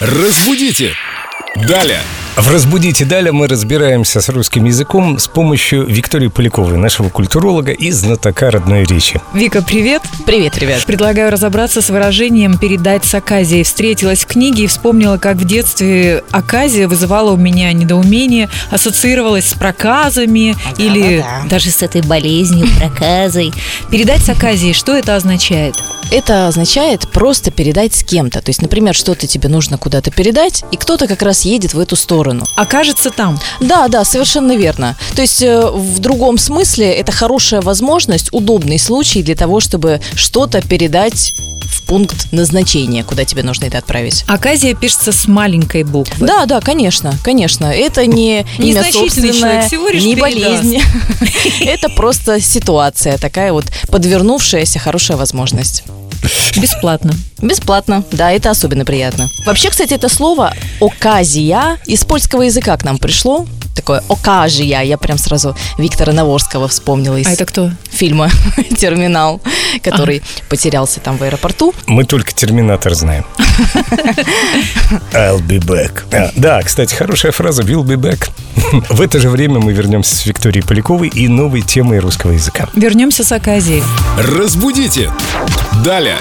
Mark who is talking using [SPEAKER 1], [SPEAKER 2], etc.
[SPEAKER 1] Разбудите! Далее!
[SPEAKER 2] В «Разбудите Даля» мы разбираемся с русским языком с помощью Виктории Поляковой, нашего культуролога и знатока родной речи.
[SPEAKER 3] Вика, привет.
[SPEAKER 4] Привет, ребят.
[SPEAKER 3] Предлагаю разобраться с выражением «передать с Аказией». Встретилась в книге и вспомнила, как в детстве Аказия вызывала у меня недоумение, ассоциировалась с проказами или...
[SPEAKER 4] Даже с этой болезнью, проказой.
[SPEAKER 3] Передать с Аказией, что это означает?
[SPEAKER 4] Это означает просто передать с кем-то. То есть, например, что-то тебе нужно куда-то передать, и кто-то как раз едет в эту сторону.
[SPEAKER 3] Окажется там.
[SPEAKER 4] Да, да, совершенно верно. То есть э, в другом смысле это хорошая возможность, удобный случай для того, чтобы что-то передать в пункт назначения, куда тебе нужно это отправить.
[SPEAKER 3] Аказия пишется с маленькой буквы.
[SPEAKER 4] Да, да, конечно, конечно. Это не имя
[SPEAKER 3] Незначительный человек,
[SPEAKER 4] собственное,
[SPEAKER 3] всего лишь
[SPEAKER 4] не
[SPEAKER 3] передаст.
[SPEAKER 4] болезнь. Это просто ситуация такая вот подвернувшаяся хорошая возможность.
[SPEAKER 3] Бесплатно.
[SPEAKER 4] Бесплатно, да, это особенно приятно. Вообще, кстати, это слово «оказия» из польского языка к нам пришло. Такое «оказия», я прям сразу Виктора Наворского вспомнила из
[SPEAKER 3] А это кто?
[SPEAKER 4] фильма «Терминал», который потерялся там в аэропорту.
[SPEAKER 2] Мы только «Терминатор» знаем. I'll be back. А, да, кстати, хорошая фраза «Will be back». В это же время мы вернемся с Викторией Поляковой и новой темой русского языка.
[SPEAKER 3] Вернемся с Аказией.
[SPEAKER 1] Разбудите! Далее!